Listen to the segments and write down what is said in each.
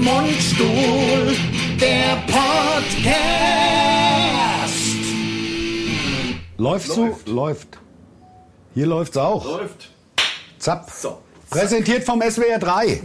Mundstuhl, der Podcast. Läuft so? Läuft. Hier läuft's auch. Läuft. Zapp. So. Präsentiert vom SWR 3.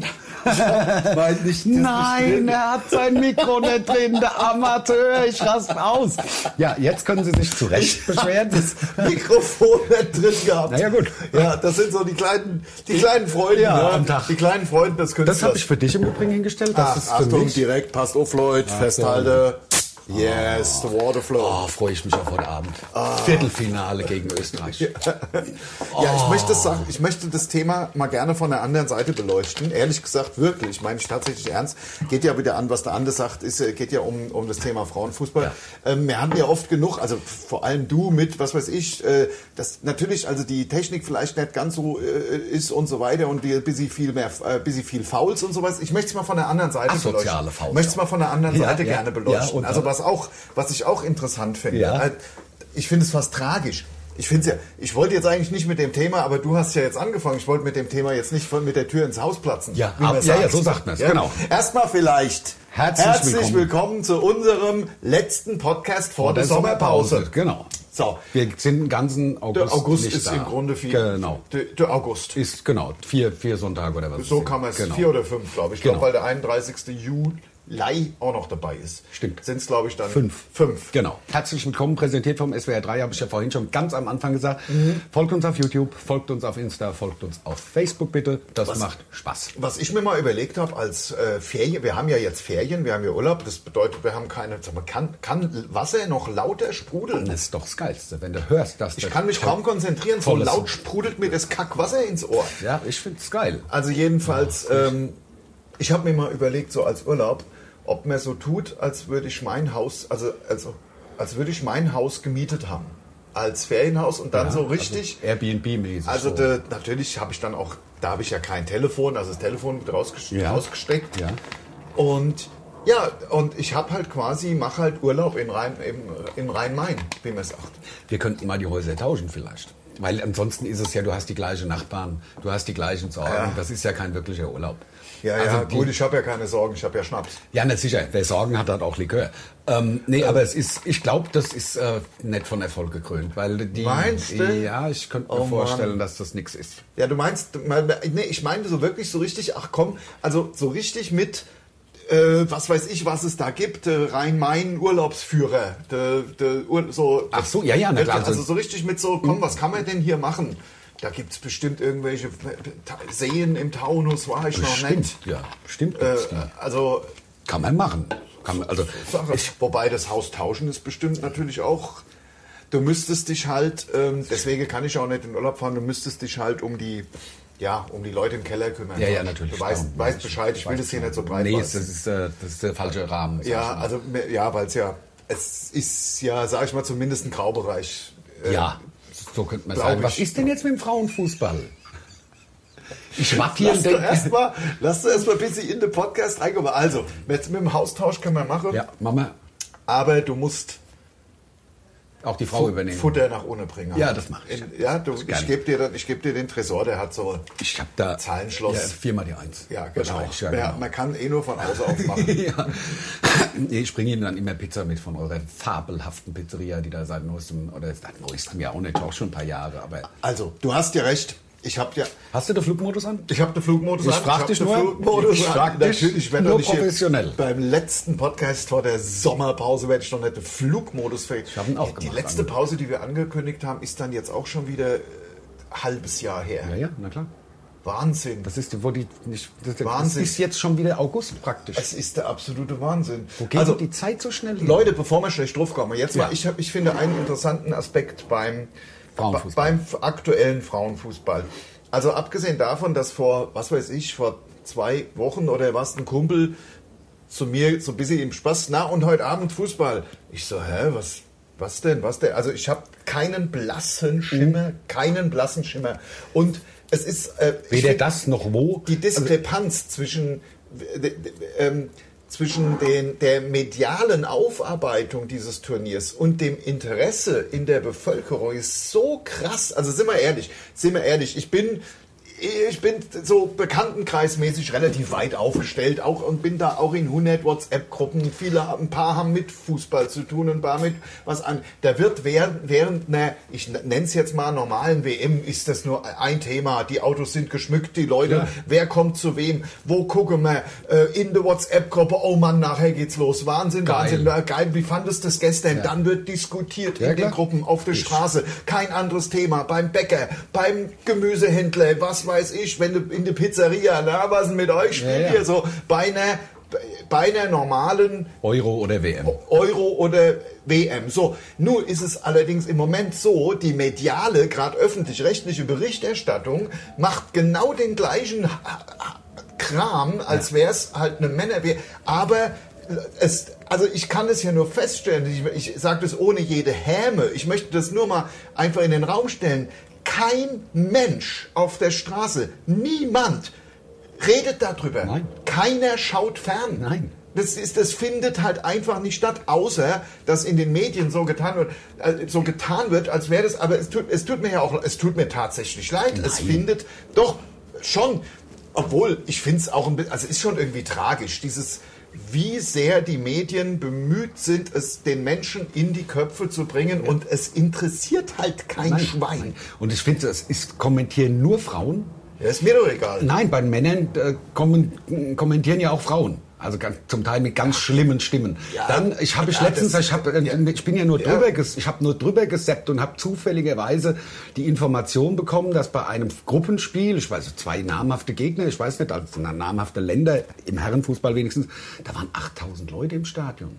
Weil nicht Nein, er hat sein Mikro nicht drin, der Amateur, ich raste aus. Ja, jetzt können Sie sich zu Recht beschweren. Das das Mikrofon nicht drin gehabt. Na ja, gut. Ja, das sind so die kleinen, die kleinen Freuden. Ja, ne? am Tag. Die kleinen Freuden des Künstlers. das habe ich für dich im Übrigen hingestellt. Das Ach, ist für Achtung, mich. direkt, passt auf, Leute, festhalte. Yes, the water flow. Oh, freue ich mich auf heute Abend. Ah. Viertelfinale gegen Österreich. Ja, Oh. ich möchte, das sagen, ich möchte das Thema mal gerne von der anderen Seite beleuchten. Ehrlich gesagt, wirklich, meine ich tatsächlich ernst. Geht ja wieder an, was der andere sagt, ist, äh, geht ja um, um das Thema Frauenfußball. Ähm, wir haben ja oft genug, also vor allem du mit, was weiß ich, äh, dass natürlich also die Technik vielleicht nicht ganz so äh, ist und so weiter und die, bis sie viel mehr, äh, bis sie viel Fouls und sowas. Ich möchte es mal von der anderen Seite Asoziale beleuchten. Fouls, möchte es mal von der anderen Ja, Seite ja, gerne beleuchten. ja, und- also was auch, was ich auch interessant finde. Ja. Äh, ich finde es fast tragisch. Ich finde ja, ich wollte jetzt eigentlich nicht mit dem Thema, aber du hast ja jetzt angefangen. Ich wollte mit dem Thema jetzt nicht voll mit der Tür ins Haus platzen. Ja, wie ab- man ja, sagt. ja, so sagt man's, genau. Erstmal vielleicht Herzlich willkommen. zu unserem letzten Podcast vor der Sommerpause. Genau. So. Wir sind den ganzen August. Der August nicht ist da. im Grunde viel. Genau. Der, der August. Ist genau. Vier, vier Sonntage oder was. So ist kann man es. genau. Vier oder fünf, glaube ich. Ich Genau. glaube, weil der 31. Juli auch noch dabei ist. Stimmt. Sind es, glaube ich, dann Fünf. Fünf. Genau. Herzlich willkommen, präsentiert vom SWR 3, habe ich ja vorhin schon ganz am Anfang gesagt. Mhm. Folgt uns auf YouTube, folgt uns auf Insta, folgt uns auf Facebook bitte. Das macht Spaß. Was ich mir mal überlegt habe als äh, Ferien, wir haben ja jetzt Ferien, wir haben ja Urlaub, das bedeutet, wir haben keine, sag mal, kann, kann Wasser noch lauter sprudeln? Das ist doch das Geilste, wenn du hörst, dass Ich das kann mich toll- kaum konzentrieren, so Tolles- laut sprudelt mir das Kackwasser ins Ohr. Ja, ich finde es geil. Also jedenfalls, ähm, ich habe mir mal überlegt, so als Urlaub, ob man so tut, als würde ich mein Haus, also, also als würde ich mein Haus gemietet haben. Als Ferienhaus und dann so richtig. Also Airbnb-mäßig. Also so. de, natürlich habe ich dann auch, da habe ich ja kein Telefon, also das Telefon wird rausges- Ja. rausgesteckt. Ja. Und ja, und ich habe halt quasi, mache halt Urlaub in Rhein, im, im Rhein-Main, wie man sagt. Wir könnten mal die Häuser tauschen vielleicht. Weil ansonsten ist es ja, du hast die gleichen Nachbarn, du hast die gleichen Sorgen. Ja. Das ist ja kein wirklicher Urlaub. Ja, Also ja, die- gut, ich habe ja keine Sorgen, ich habe ja Schnaps. Ja, na sicher. Wer Sorgen hat, hat auch Likör. Ähm, nee, aber es ist, ich glaube, das ist äh, nicht von Erfolg gekrönt. Weil die, Meinst du? Ja, ich könnte Oh, mir Mann. vorstellen, dass das nichts ist. Ja, du meinst, nee, ich meinte so wirklich so richtig, ach komm, also so richtig mit, äh, was weiß ich, was es da gibt, äh, Rhein-Main Urlaubsführer, de, de, Ur, so. Ach so, ja, ja, na Mhm. klar. Also so richtig mit so, komm, was kann man denn hier machen? Da gibt's bestimmt irgendwelche Ta- Seen im Taunus, war ich noch nicht. ja, stimmt. Äh, gibt's die. also, Kann man machen. Kann man, also, Sache. Wobei das Haus tauschen ist bestimmt natürlich auch. Du müsstest dich halt, ähm, deswegen kann ich auch nicht in Urlaub fahren, du müsstest dich halt um die, ja, um die Leute im Keller kümmern. Ja, ja, natürlich. Du weißt, Darum. weißt Bescheid, ich will das hier nicht so breit nee, das machen. ist, äh, das ist der falsche Rahmen. Ja, also, mir- ja, weil es ja, es ist ja, sag ich mal, zumindest ein Graubereich. Äh, Ja, so könnte man glaub sagen. Was ich. ist denn jetzt mit dem Frauenfußball? Ich warte hier Lass und du denke, erstmal, lass du erstmal ein bisschen in den Podcast reinkommen. Also, jetzt mit dem Haustausch können wir machen, ja, Mama, aber du musst auch die Frau übernehmen. Futter nach ohne bringen. Ja, das mach ich. In, ja, du, ich gerne. gebe dir, dann- ich geb dir den Tresor, der hat so Ich habe da Zahlenschloss. Ja, viermal die Eins. Ja, genau. Wahrscheinlich, Ja, Ja, genau. man kann eh nur von außen aufmachen. Ja. Nee, Ich bringe Ihnen dann immer Pizza mit von eurer fabelhaften Pizzeria, die da seit neuestem, oder seit neuestem ja auch nicht, auch schon ein paar Jahre, aber... Also, du hast ja recht. Ich habe ja, Hast du den Flugmodus an? ich habe den Flugmodus Ich an. frag hab dich den nur. Flugmodus Ich frag an. dich Natürlich, wenn nur doch nicht hier- professionell. Beim letzten Podcast vor der Sommerpause werde ich noch nicht den Flugmodus fähig. Ich hab ihn auch Die gemacht, letzte Ange. Pause, die wir angekündigt haben, ist dann jetzt auch schon wieder äh, halbes Jahr her. Ja, ja, na klar. Wahnsinn. Das ist, wo die, nicht, das, das Wahnsinn. ist jetzt schon wieder August praktisch. Es ist der absolute Wahnsinn. Wo geht also, die Zeit so schnell hin? Leute, bevor wir schlecht drauf kommen, jetzt mal, Ja. ich, hab, ich finde einen interessanten Aspekt beim, Frauenfußball. beim f- aktuellen Frauenfußball. Also abgesehen davon, dass vor, was weiß ich, vor zwei Wochen oder was ein Kumpel zu mir so ein bisschen im Spaß, na und heute Abend Fußball. Ich so, hä, was, was denn, was denn? Also ich habe keinen Mhm. blassen Schimmer, keinen blassen Schimmer. Und es ist... Äh, ich Weder find- das noch wo. die Diskrepanz zwischen, äh, d- d- ähm, zwischen den, der medialen Aufarbeitung dieses Turniers und dem Interesse in der Bevölkerung ist so krass. Also sind wir ehrlich, sind wir ehrlich, ich bin. ich bin so bekanntenkreismäßig relativ weit aufgestellt auch und bin da auch in 100 WhatsApp-Gruppen. Viele, haben- ein paar haben mit Fußball zu tun und ein paar mit was an. Da wird während, während einer, ich nenne es jetzt mal normalen WM, ist das nur ein Thema. Die Autos sind geschmückt, die Leute, wer kommt zu wem, wo gucken wir, äh, in der WhatsApp-Gruppe, oh Mann, nachher geht's los. Wahnsinn, Wahnsinn, äh, geil, wie fandest du das gestern? Dann wird diskutiert in den klar. Gruppen, auf der Straße, kein anderes Thema, beim Bäcker, beim Gemüsehändler, was weiß ich, wenn du in der Pizzeria, na, was denn mit euch spielt ja. ihr so? Bei einer, bei einer normalen Euro oder WM. Oh, Euro oder WM. So, nun ist es allerdings im Moment so, die mediale, gerade öffentlich-rechtliche Berichterstattung macht genau den gleichen Kram, als wäre es halt eine Männerwehr. Aber es, also ich kann es ja nur feststellen, ich, ich sage das ohne jede Häme, ich möchte das nur mal einfach in den Raum stellen. Kein Mensch auf der Straße, niemand redet darüber. Nein. Keiner schaut fern. Nein. Das, ist, das findet halt einfach nicht statt, außer dass in den Medien so getan wird, äh, so getan wird als wäre das. Aber es tut, es tut mir ja auch, es tut mir tatsächlich leid. Es findet doch schon, obwohl ich finde es auch ein bisschen, also es ist schon irgendwie tragisch, dieses, wie sehr die Medien bemüht sind, es den Menschen in die Köpfe zu bringen und es interessiert halt kein Nein, Schwein. nein. Und ich finde, das ist, kommentieren nur Frauen. Ja, ist mir doch egal. Nein, bei den Männern äh, kommen, kommentieren ja auch Frauen. Also ganz, zum Teil mit ganz schlimmen Stimmen. Ja. Dann, ich habe ich Ja, letztens, das- ich, hab, äh, ja. ich bin ja nur Ja. drüber, ges, ich habe nur drüber gesappt und habe zufälligerweise die Information bekommen, dass bei einem Gruppenspiel, ich weiß zwei namhafte Gegner, ich weiß nicht, also na- namhafte Länder im Herrenfußball wenigstens, da waren 8000 Leute im Stadion.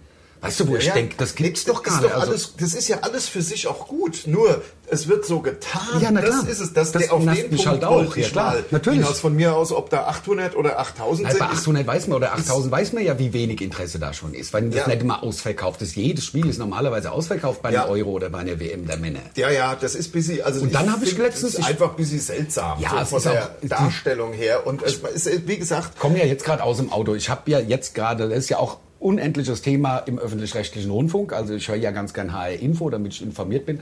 Weißt du, wo ich Ja, denke, das gibt's nee, doch das gar ist nicht. Doch Also- alles, das ist ja alles für sich auch gut, nur es wird so getan. Ja, na das klar. ist es. Das, Das der auf nervt den mich Punkt halt auch. wollte Ja, ich klar. mal Natürlich. hinaus von mir aus, ob da 800 oder 8000 Nein, sind. bei 800 weiß man oder 8000 weiß man ja, wie wenig Interesse da schon ist, weil das Ja. nicht immer ausverkauft ist. Jedes Spiel ist normalerweise ausverkauft bei Ja. einem Euro oder bei einer WM der Männer. Ja, ja, das ist busy. Also Und dann hab ich find, letztens- das ist ich- einfach busy seltsam Ja, so es von ist der auch- Darstellung her. Und es ist, äh, wie gesagt, Ich komme ja jetzt gerade aus dem Auto. Ich habe ja jetzt gerade, das ist ja auch unendliches Thema im öffentlich-rechtlichen Rundfunk. Also ich höre ja ganz gern HR Info, damit ich informiert bin.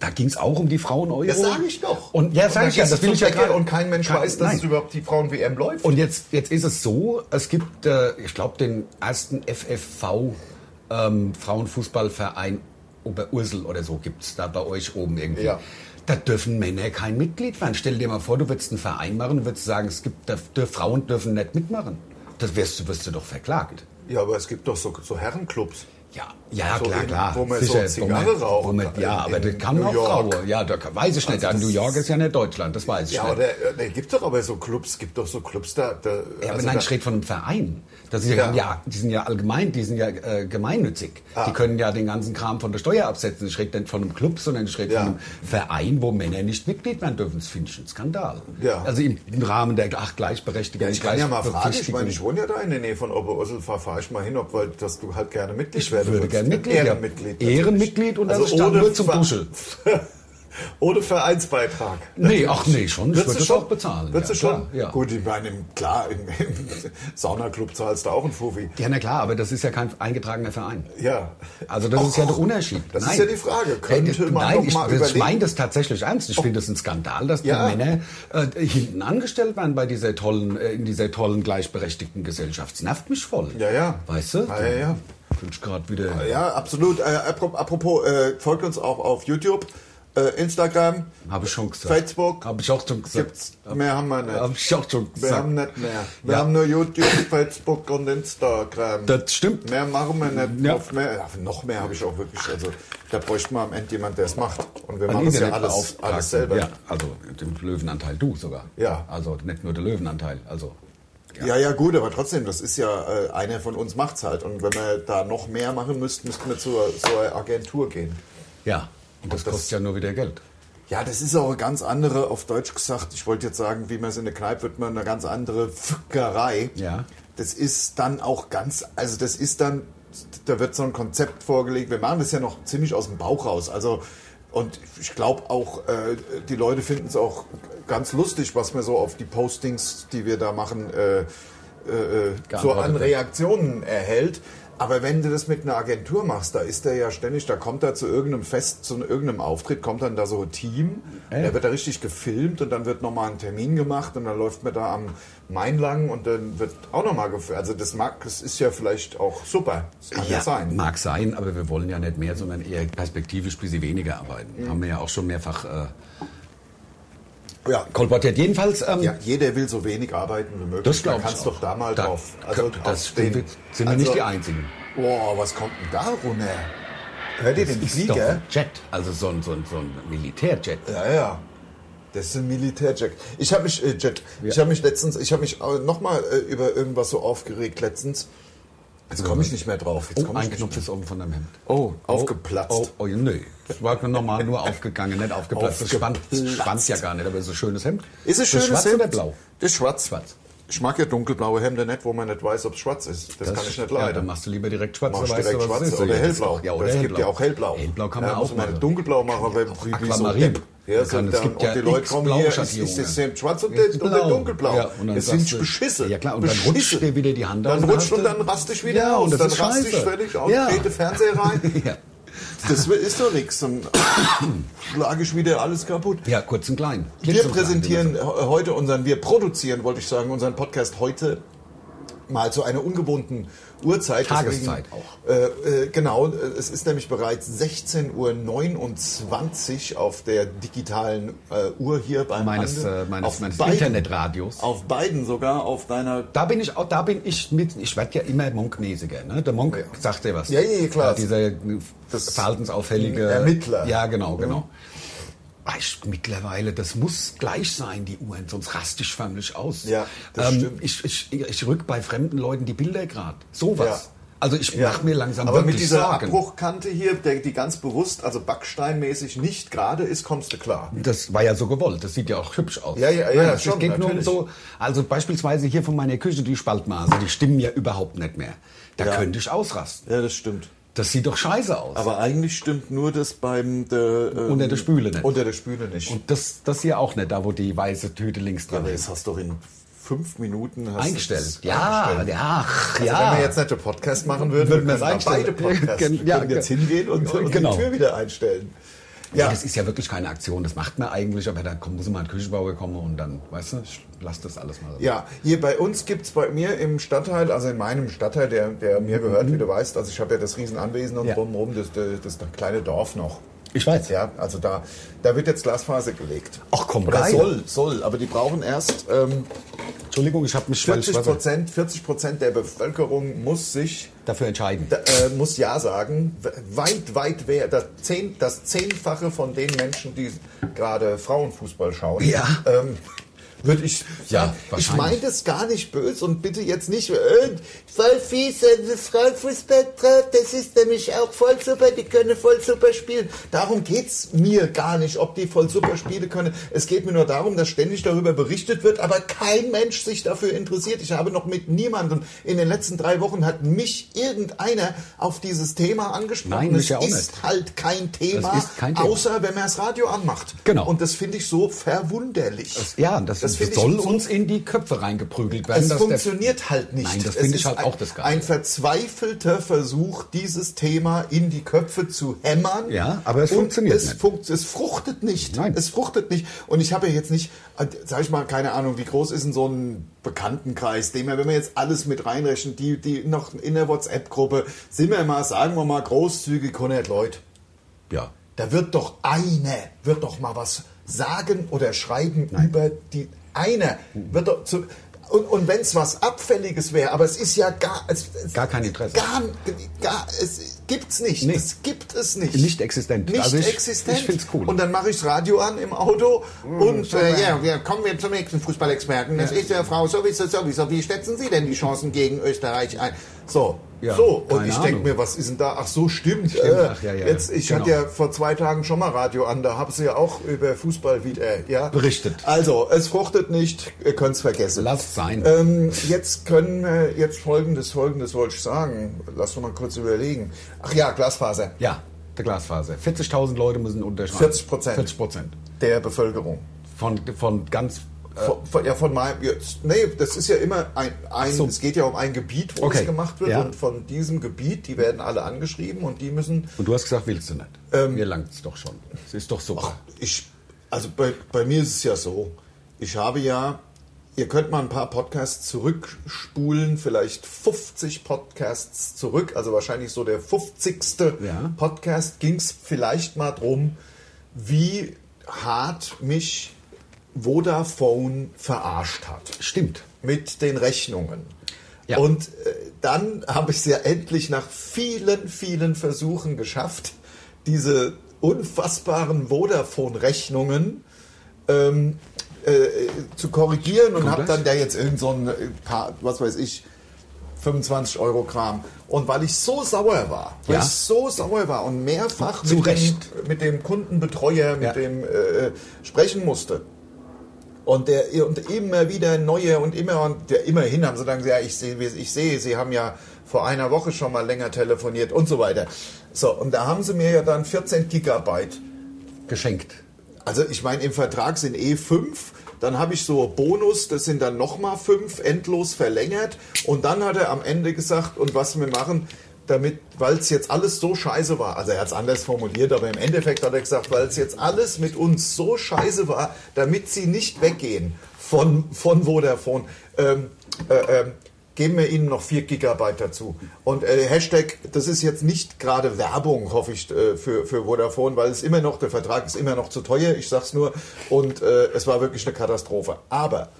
Da ging es auch um die Frauen-Euro. das sage ich doch. Und ja, Und sage dann ich ja, gehst das du will ich zum ja Bäcker gerade. Und kein Mensch Kein- weiß, dass nein. es überhaupt die Frauen-WM läuft. Und jetzt, jetzt ist es so, es gibt, äh, ich glaube, den ersten FFV ähm, Frauenfußballverein Oberursel oder so gibt es da bei euch oben irgendwie. Ja. Da dürfen Männer kein Mitglied werden. Stell dir mal vor, du würdest einen Verein machen und würdest sagen, es gibt, da, dür- Frauen dürfen nicht mitmachen. Das wirst, du- wirst du doch verklagt. ja, aber es gibt doch so, so Herrenclubs. Ja, ja, So klar, in- klar. wo man so Sicher, Zigarre wo man- rauchen wo man- kann. Ja, aber In- das in kann New auch York. Frauen. Ja, da kann- weiß ich nicht. Also ja, New das- York ist ja nicht Deutschland, das weiß ich Ja, nicht. oder äh, nee, gibt doch aber so Clubs, gibt doch so Clubs da. da Ja, aber also nein, da, ich rede von einem Verein. Das ist Ja. ja, ja, die sind ja allgemein, die sind ja äh, gemeinnützig. Ah. Die können ja den ganzen Kram von der Steuer absetzen. Ich rede nicht von einem Club, sondern ich rede Ja. von einem Verein, wo Männer nicht Mitglied werden dürfen. Das finde ich ein Skandal. Ja. Also im, im Rahmen der ach, Gleichberechtigung. Ja, ich kann ja äh, mal fragen, ich Gleichberechtigung. meine, ich wohne ja da in der Nähe von Oberursel, fahr, fahr ich mal hin, ob weil, dass du halt gerne Mitglied Ich werden würde würdest. gerne Mitglied, ja. Ehrenmitglied. Also Ehrenmitglied und dass ich dann nur zum Ver- Duschen. ohne Vereinsbeitrag. Nee, ach nee, schon. Ich Würdest würde du das schon? auch bezahlen. ja, Würdest du schon? Klar, ja. Gut, ich meine, im- klar, im, im Saunaclub zahlst du auch einen Fufi. ja, na klar, aber das ist ja kein eingetragener Verein. Ja. Also das ist ja der Unterschied. Oh, Das ist ja die Frage. Könnte Äh, man Nein, doch ich, mal das- ich überlegen. Oh. meine das tatsächlich ernst. Ich finde es ein Skandal, dass die Ja. Männer äh, hinten angestellt werden bei dieser tollen, äh, in dieser tollen gleichberechtigten Gesellschaft. Das nervt mich voll. Ja, ja. Weißt du? Ah, ja, ja. Bin ich gerade wieder. Ja, absolut. Äh, apro- apropos, äh, folgt uns auch auf YouTube, äh, Instagram. Habe ich schon gesagt. Facebook. Habe ich auch schon gesagt. Gibt's, mehr haben wir nicht. Habe ich auch schon Wir haben gesagt. nicht mehr. Wir Ja. haben nur YouTube, Facebook und Instagram. Das stimmt. Mehr machen wir nicht. Ja. Auf Mehr, ja, noch mehr habe ich auch wirklich. Also da bräuchte man am Ende jemand, der es macht. Und wir Ein machen es ja Internet alles, beauftragt. alles selber. Ja, also den Löwenanteil du sogar. Ja. Also nicht nur der Löwenanteil. Also Ja. ja, gut, aber trotzdem, das ist ja, äh, einer von uns macht's halt. Und wenn wir da noch mehr machen müssten, müssten wir zur, zur Agentur gehen. ja. Und das, das- kostet ja nur wieder Geld. Ja, das ist auch eine ganz andere, auf Deutsch gesagt, ich wollte jetzt sagen, wie man es in der Kneipe wird, man eine ganz andere Fickerei. Ja. Das ist dann auch ganz, also das ist dann, da wird so ein Konzept vorgelegt. Wir machen das ja noch ziemlich aus dem Bauch raus. Also, und ich glaube auch, äh, die Leute finden es auch ganz lustig, was wir so auf die Postings, die wir da machen, äh, äh, äh, so an Geantwortet. Reaktionen erhält. Aber wenn du das mit einer Agentur machst, da ist der ja ständig, da kommt er zu irgendeinem Fest, zu irgendeinem Auftritt, kommt dann da so ein Team, der wird da richtig gefilmt und dann wird nochmal ein Termin gemacht und dann läuft man da am Main lang und dann wird auch nochmal gefilmt. Also das mag, das ist ja vielleicht auch super. Das kann ja, sein. Mag sein, aber wir wollen ja nicht mehr, sondern eher perspektivisch ein bisschen weniger arbeiten. Haben wir ja auch schon mehrfach äh, Ja, kolportiert. Jedenfalls, ähm, ja, jeder will so wenig arbeiten wie möglich. Das glaub da ich kannst auch. doch da mal Da- drauf. Also das sind wir- sind wir nicht die Einzigen. Boah, was kommt denn da runter? Hört ihr den ist doch Flieger? ein Jet, also so ein, so ein, so ein Militärjet. Ja, ja. Das ist ein Militärjet. Ich habe mich, äh, Jet, ich habe mich letztens, ich habe mich äh, nochmal äh, über irgendwas so aufgeregt letztens. Jetzt komme ich nicht mehr drauf. Jetzt Oh, komme ich ein nicht Knopf ist oben von deinem Hemd. Oh, aufgeplatzt. Oh, oh, nö. Das war normal nur aufgegangen, nicht aufgeplatzt. Das spannt, das Aufgeplatzt. spannt ja gar nicht, aber es ist ein schönes Hemd. Ist es schönes schwarz Hemd? oder blau? Das ist schwarz. Schwarz. Ich mag ja dunkelblaue Hemden nicht, wo man nicht weiß, ob es schwarz ist. Das, kann ich nicht Ja, dann leiden. machst du lieber direkt schwarz. Mach ich dann Also weißt direkt du, was es schwarz ist. oder Ja, das ist hellblau. doch- Ja, oder das hellblau. gibt ja auch hellblau. Hellblau kann ja, man muss auch man nicht machen. dunkelblau machen, weil auch wie wie so Aquamarin. depp. Ja, Man so kann- es dann, gibt und ja die Leute kommen hier, ist, x-blau-Schattierungen. ist das Hemd schwarz und der, und der dunkelblau. Ja, und dann das sagst sind du- Beschisse. Ja, klar, und dann Beschisse. rutscht dir wieder die Hand aus Dann und rutscht hast und du- dann raste ich wieder Ja, aus. und das dann ist raste ich scheiße. völlig aus, Ja. trete Fernseher rein. Ja. Das ist doch nichts. Dann schlage ich wieder alles kaputt. Ja, kurz und klein. Wir Klitzeklein, präsentieren he- heute unseren, wir produzieren, wollte ich sagen, unseren Podcast heute mal zu einer ungewohnten Uhrzeit. Tageszeit auch. Äh, äh, genau, äh, es ist nämlich bereits 16.29 Uhr auf der digitalen äh, Uhr hier beim meines, Handel. äh, meines, auf meines beiden- Internetradios. Auf beiden sogar, auf deiner... Da bin ich auch, da bin ich mit, ich werde ja immer Monk-mäßiger, ne? Der Monk sagt dir was. Ja, ja, ja, klar. dieser Das- verhaltensauffällige Ermittler. Ja, genau, genau. Ich, mittlerweile, das muss gleich sein, die Uhren, sonst raste ich förmlich aus. Ähm, Ja, das stimmt. Ich, ich, ich rück bei fremden Leuten die Bilder grad. Sowas. Ja. Also ich Ja. mach mache mir langsam Aber wirklich mit dieser Sorgen. Abbruchkante hier, der, die ganz bewusst, also backsteinmäßig nicht gerade ist, kommst du klar. Das war ja so gewollt. Das sieht ja auch hübsch aus. Ja, ja, ja, Nein, es schon, geht nur um natürlich. so. Also beispielsweise hier von meiner Küche die Spaltmaße, die stimmen ja überhaupt nicht mehr. Da Ja. könnte ich ausrasten. Ja, das stimmt. Das sieht doch scheiße aus. Aber eigentlich stimmt nur das beim der, ähm, Unter der Spüle nicht. Unter der Spüle nicht. Und das, das hier auch nicht, da wo die weiße Tüte links dran aber ist. jetzt hast du doch in fünf Minuten hast Eingestellt. du's Ja, eingestellt. ja, ach, Also ja. Wenn wir jetzt nicht den Podcast machen würden, Würden wir wir es beide einstellen. Podcasts. Wir Ja, können jetzt ja. hingehen und, und Genau. die Tür wieder einstellen. ja. Ja, das ist ja wirklich keine Aktion. Das macht man eigentlich, aber dann kommt- muss immer ein Küchenbauer kommen und dann, weißt du, ich lass das alles mal. ja, hier bei uns gibt's bei mir im Stadtteil, also in meinem Stadtteil, der, der mir gehört, wie du weißt, also ich habe ja das Riesenanwesen und Mhm. Ja. drumherum das, das, das kleine Dorf noch. Ich weiß. Ja, also da, da wird jetzt Glasfaser gelegt. Ach komm, Oder geil. soll, soll, aber die brauchen erst ähm, Entschuldigung, ich habe mich weil ich 40 was- Prozent, 40 Prozent der Bevölkerung muss sich dafür entscheiden. da, äh, muss ja sagen, We- weit, weit wer, das, zehn, das Zehnfache von den Menschen, die gerade Frauenfußball schauen, Ja. ähm, würde ich Ja, sagen. ich wahrscheinlich. meine das gar nicht böse und bitte jetzt nicht, äh, voll fies, äh, Frauenfußball drauf, das ist nämlich auch voll super, die können voll super spielen. Darum geht's mir gar nicht, ob die voll super spielen können. Es geht mir nur darum, dass ständig darüber berichtet wird, aber kein Mensch sich dafür interessiert. Ich habe noch mit niemandem, in den letzten drei Wochen hat mich irgendeiner auf dieses Thema angesprochen. Nein, mich es ja auch ist nicht. halt kein Thema, Das ist kein Thema. außer wenn man das Radio anmacht. Genau. Und das finde ich so verwunderlich. Ja, das, das finde ich soll so- uns in die Köpfe reingeprügelt werden. es dass der- funktioniert halt nicht. Nein, das Es finde ich ist halt ein, auch das Geile. Ein verzweifelter Versuch, dieses Thema in die Köpfe zu hämmern. Ja, aber es funktioniert es nicht. funkt- es fruchtet nicht. Nein. Es fruchtet nicht. Und ich habe ja jetzt nicht, äh, sag ich mal, keine Ahnung, wie groß ist denn so ein Bekanntenkreis, dem ja, wenn wir jetzt alles mit reinrechnen, die, die noch in der WhatsApp-Gruppe, sind wir mal, sagen wir mal, großzügig 100 Leute. ja. Da wird doch einer, wird doch mal was sagen oder schreiben über die. Einer wird doch zu. Und, und wenn es was Abfälliges wäre, aber es ist ja gar. Es, es, Gar kein Interesse. Gar, gar es gibt's nicht. Nee. Es gibt es nicht. Nicht existent. Nicht Also ich- existent. ich find's cool. Mm, Und dann mache ich das Radio an im Auto und äh, ja, ja, kommen wir zum nächsten Fußballexperten. Das ist ja Frau sowieso, sowieso. Wie schätzen Sie denn die Chancen gegen Österreich ein? So. Ja, so, und keine ich denke Ahnung. mir, was ist denn da? Ach so, stimmt. äh, ach ja, ja, jetzt, ja. ich hatte Genau. ja vor zwei Tagen schon mal Radio an, da habe sie ja auch über Fußball wieder ja? Berichtet. Also, es fruchtet nicht, ihr könnt's vergessen. Lasst sein. Ähm, jetzt können wir jetzt folgendes, folgendes wollte ich sagen. Lass uns mal kurz überlegen. Ach ja, Glasfaser Ja, der Glasfaser. 40.000 Leute müssen unterschreiben. 40%. 40 Prozent. der Bevölkerung. Von, von ganz Von, von, ja, von meinem. Jetzt, nee, das ist ja immer ein. ein so. Es geht ja um ein Gebiet, wo Okay. es gemacht wird. Ja. Und von diesem Gebiet, die werden alle angeschrieben und die müssen. Und du hast gesagt, willst du nicht. Ähm. Mir langt es doch schon. Es ist doch so. Ich, also bei, bei mir ist es ja so. Ich habe ja. Ihr könnt mal ein paar Podcasts zurückspulen, vielleicht 50 Podcasts zurück. Also wahrscheinlich so der 50. Ja. Podcast ging es vielleicht mal drum, wie hart mich Vodafone verarscht hat. Stimmt. mit den Rechnungen. Ja. Und äh, dann habe ich es ja endlich nach vielen, vielen Versuchen geschafft, diese unfassbaren Vodafone-Rechnungen ähm, äh, zu korrigieren und habe das? dann da jetzt irgend so ein äh, paar, was weiß ich, 25 Euro Kram. Und weil ich so sauer war, weil Ja. ich so sauer war und mehrfach Zu mit, Dem, Recht. mit dem Kundenbetreuer, mit Ja. dem äh, sprechen musste, und, der, und immer wieder neue und immer und der, immerhin haben sie dann gesagt, ja, ich sehe, ich sehe, sie haben ja vor einer Woche schon mal länger telefoniert und so weiter. So, und da haben sie mir ja dann 14 Gigabyte. Geschenkt. Also ich meine, im Vertrag sind eh 5, dann habe ich so Bonus, das sind dann nochmal 5, endlos verlängert. Und dann hat er am Ende gesagt, und was wir machen, damit, weil es jetzt alles so scheiße war, also er hat es anders formuliert, aber im Endeffekt hat er gesagt, weil es jetzt alles mit uns so scheiße war, damit sie nicht weggehen von, von Vodafone, ähm, äh, ähm, geben wir Ihnen noch 4 Gigabyte dazu. Und äh, Hashtag, das ist jetzt nicht gerade Werbung, hoffe ich, äh, für, für Vodafone, weil es immer noch, der Vertrag ist immer noch zu teuer, ich sag's nur. Und äh, es war wirklich eine Katastrophe. Aber,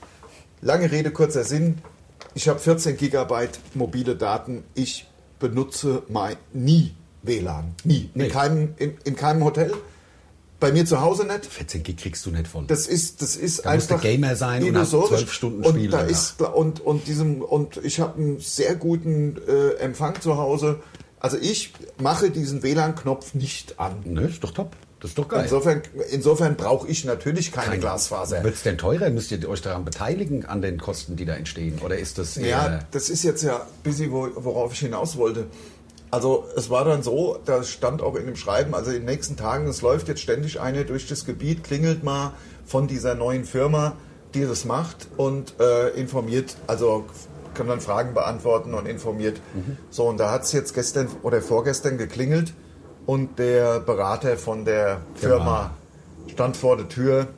lange Rede, kurzer Sinn, ich habe 14 Gigabyte mobile Daten, ich benutze mein, nie WLAN. Nie. In, Nee. keinem, in, in keinem Hotel, bei mir zu Hause nicht. 14 Gig kriegst du nicht voll. Das ist, das ist musst du einfach Gamer sein und hast illusorisch. 12 Stunden und Spiele da danach. ist und und diesem und ich habe einen sehr guten äh, Empfang zu Hause. Also ich mache diesen WLAN-Knopf nicht an. ne, ist doch top. Das ist doch geil. Insofern, insofern brauche ich natürlich keine Kein- Glasfaser. Wird's denn teurer? Müsst ihr euch daran beteiligen, an den Kosten, die da entstehen? Oder ist das eher... Ja, das ist jetzt ja ein bisschen, wo, worauf ich hinaus wollte. Also es war dann so, da stand auch in dem Schreiben, also in den nächsten Tagen, es läuft jetzt ständig eine durch das Gebiet, klingelt mal von dieser neuen Firma, die das macht und äh, informiert, also kann dann Fragen beantworten und informiert. So, und da hat es jetzt gestern oder vorgestern geklingelt und der Berater von der Firma stand vor der Tür.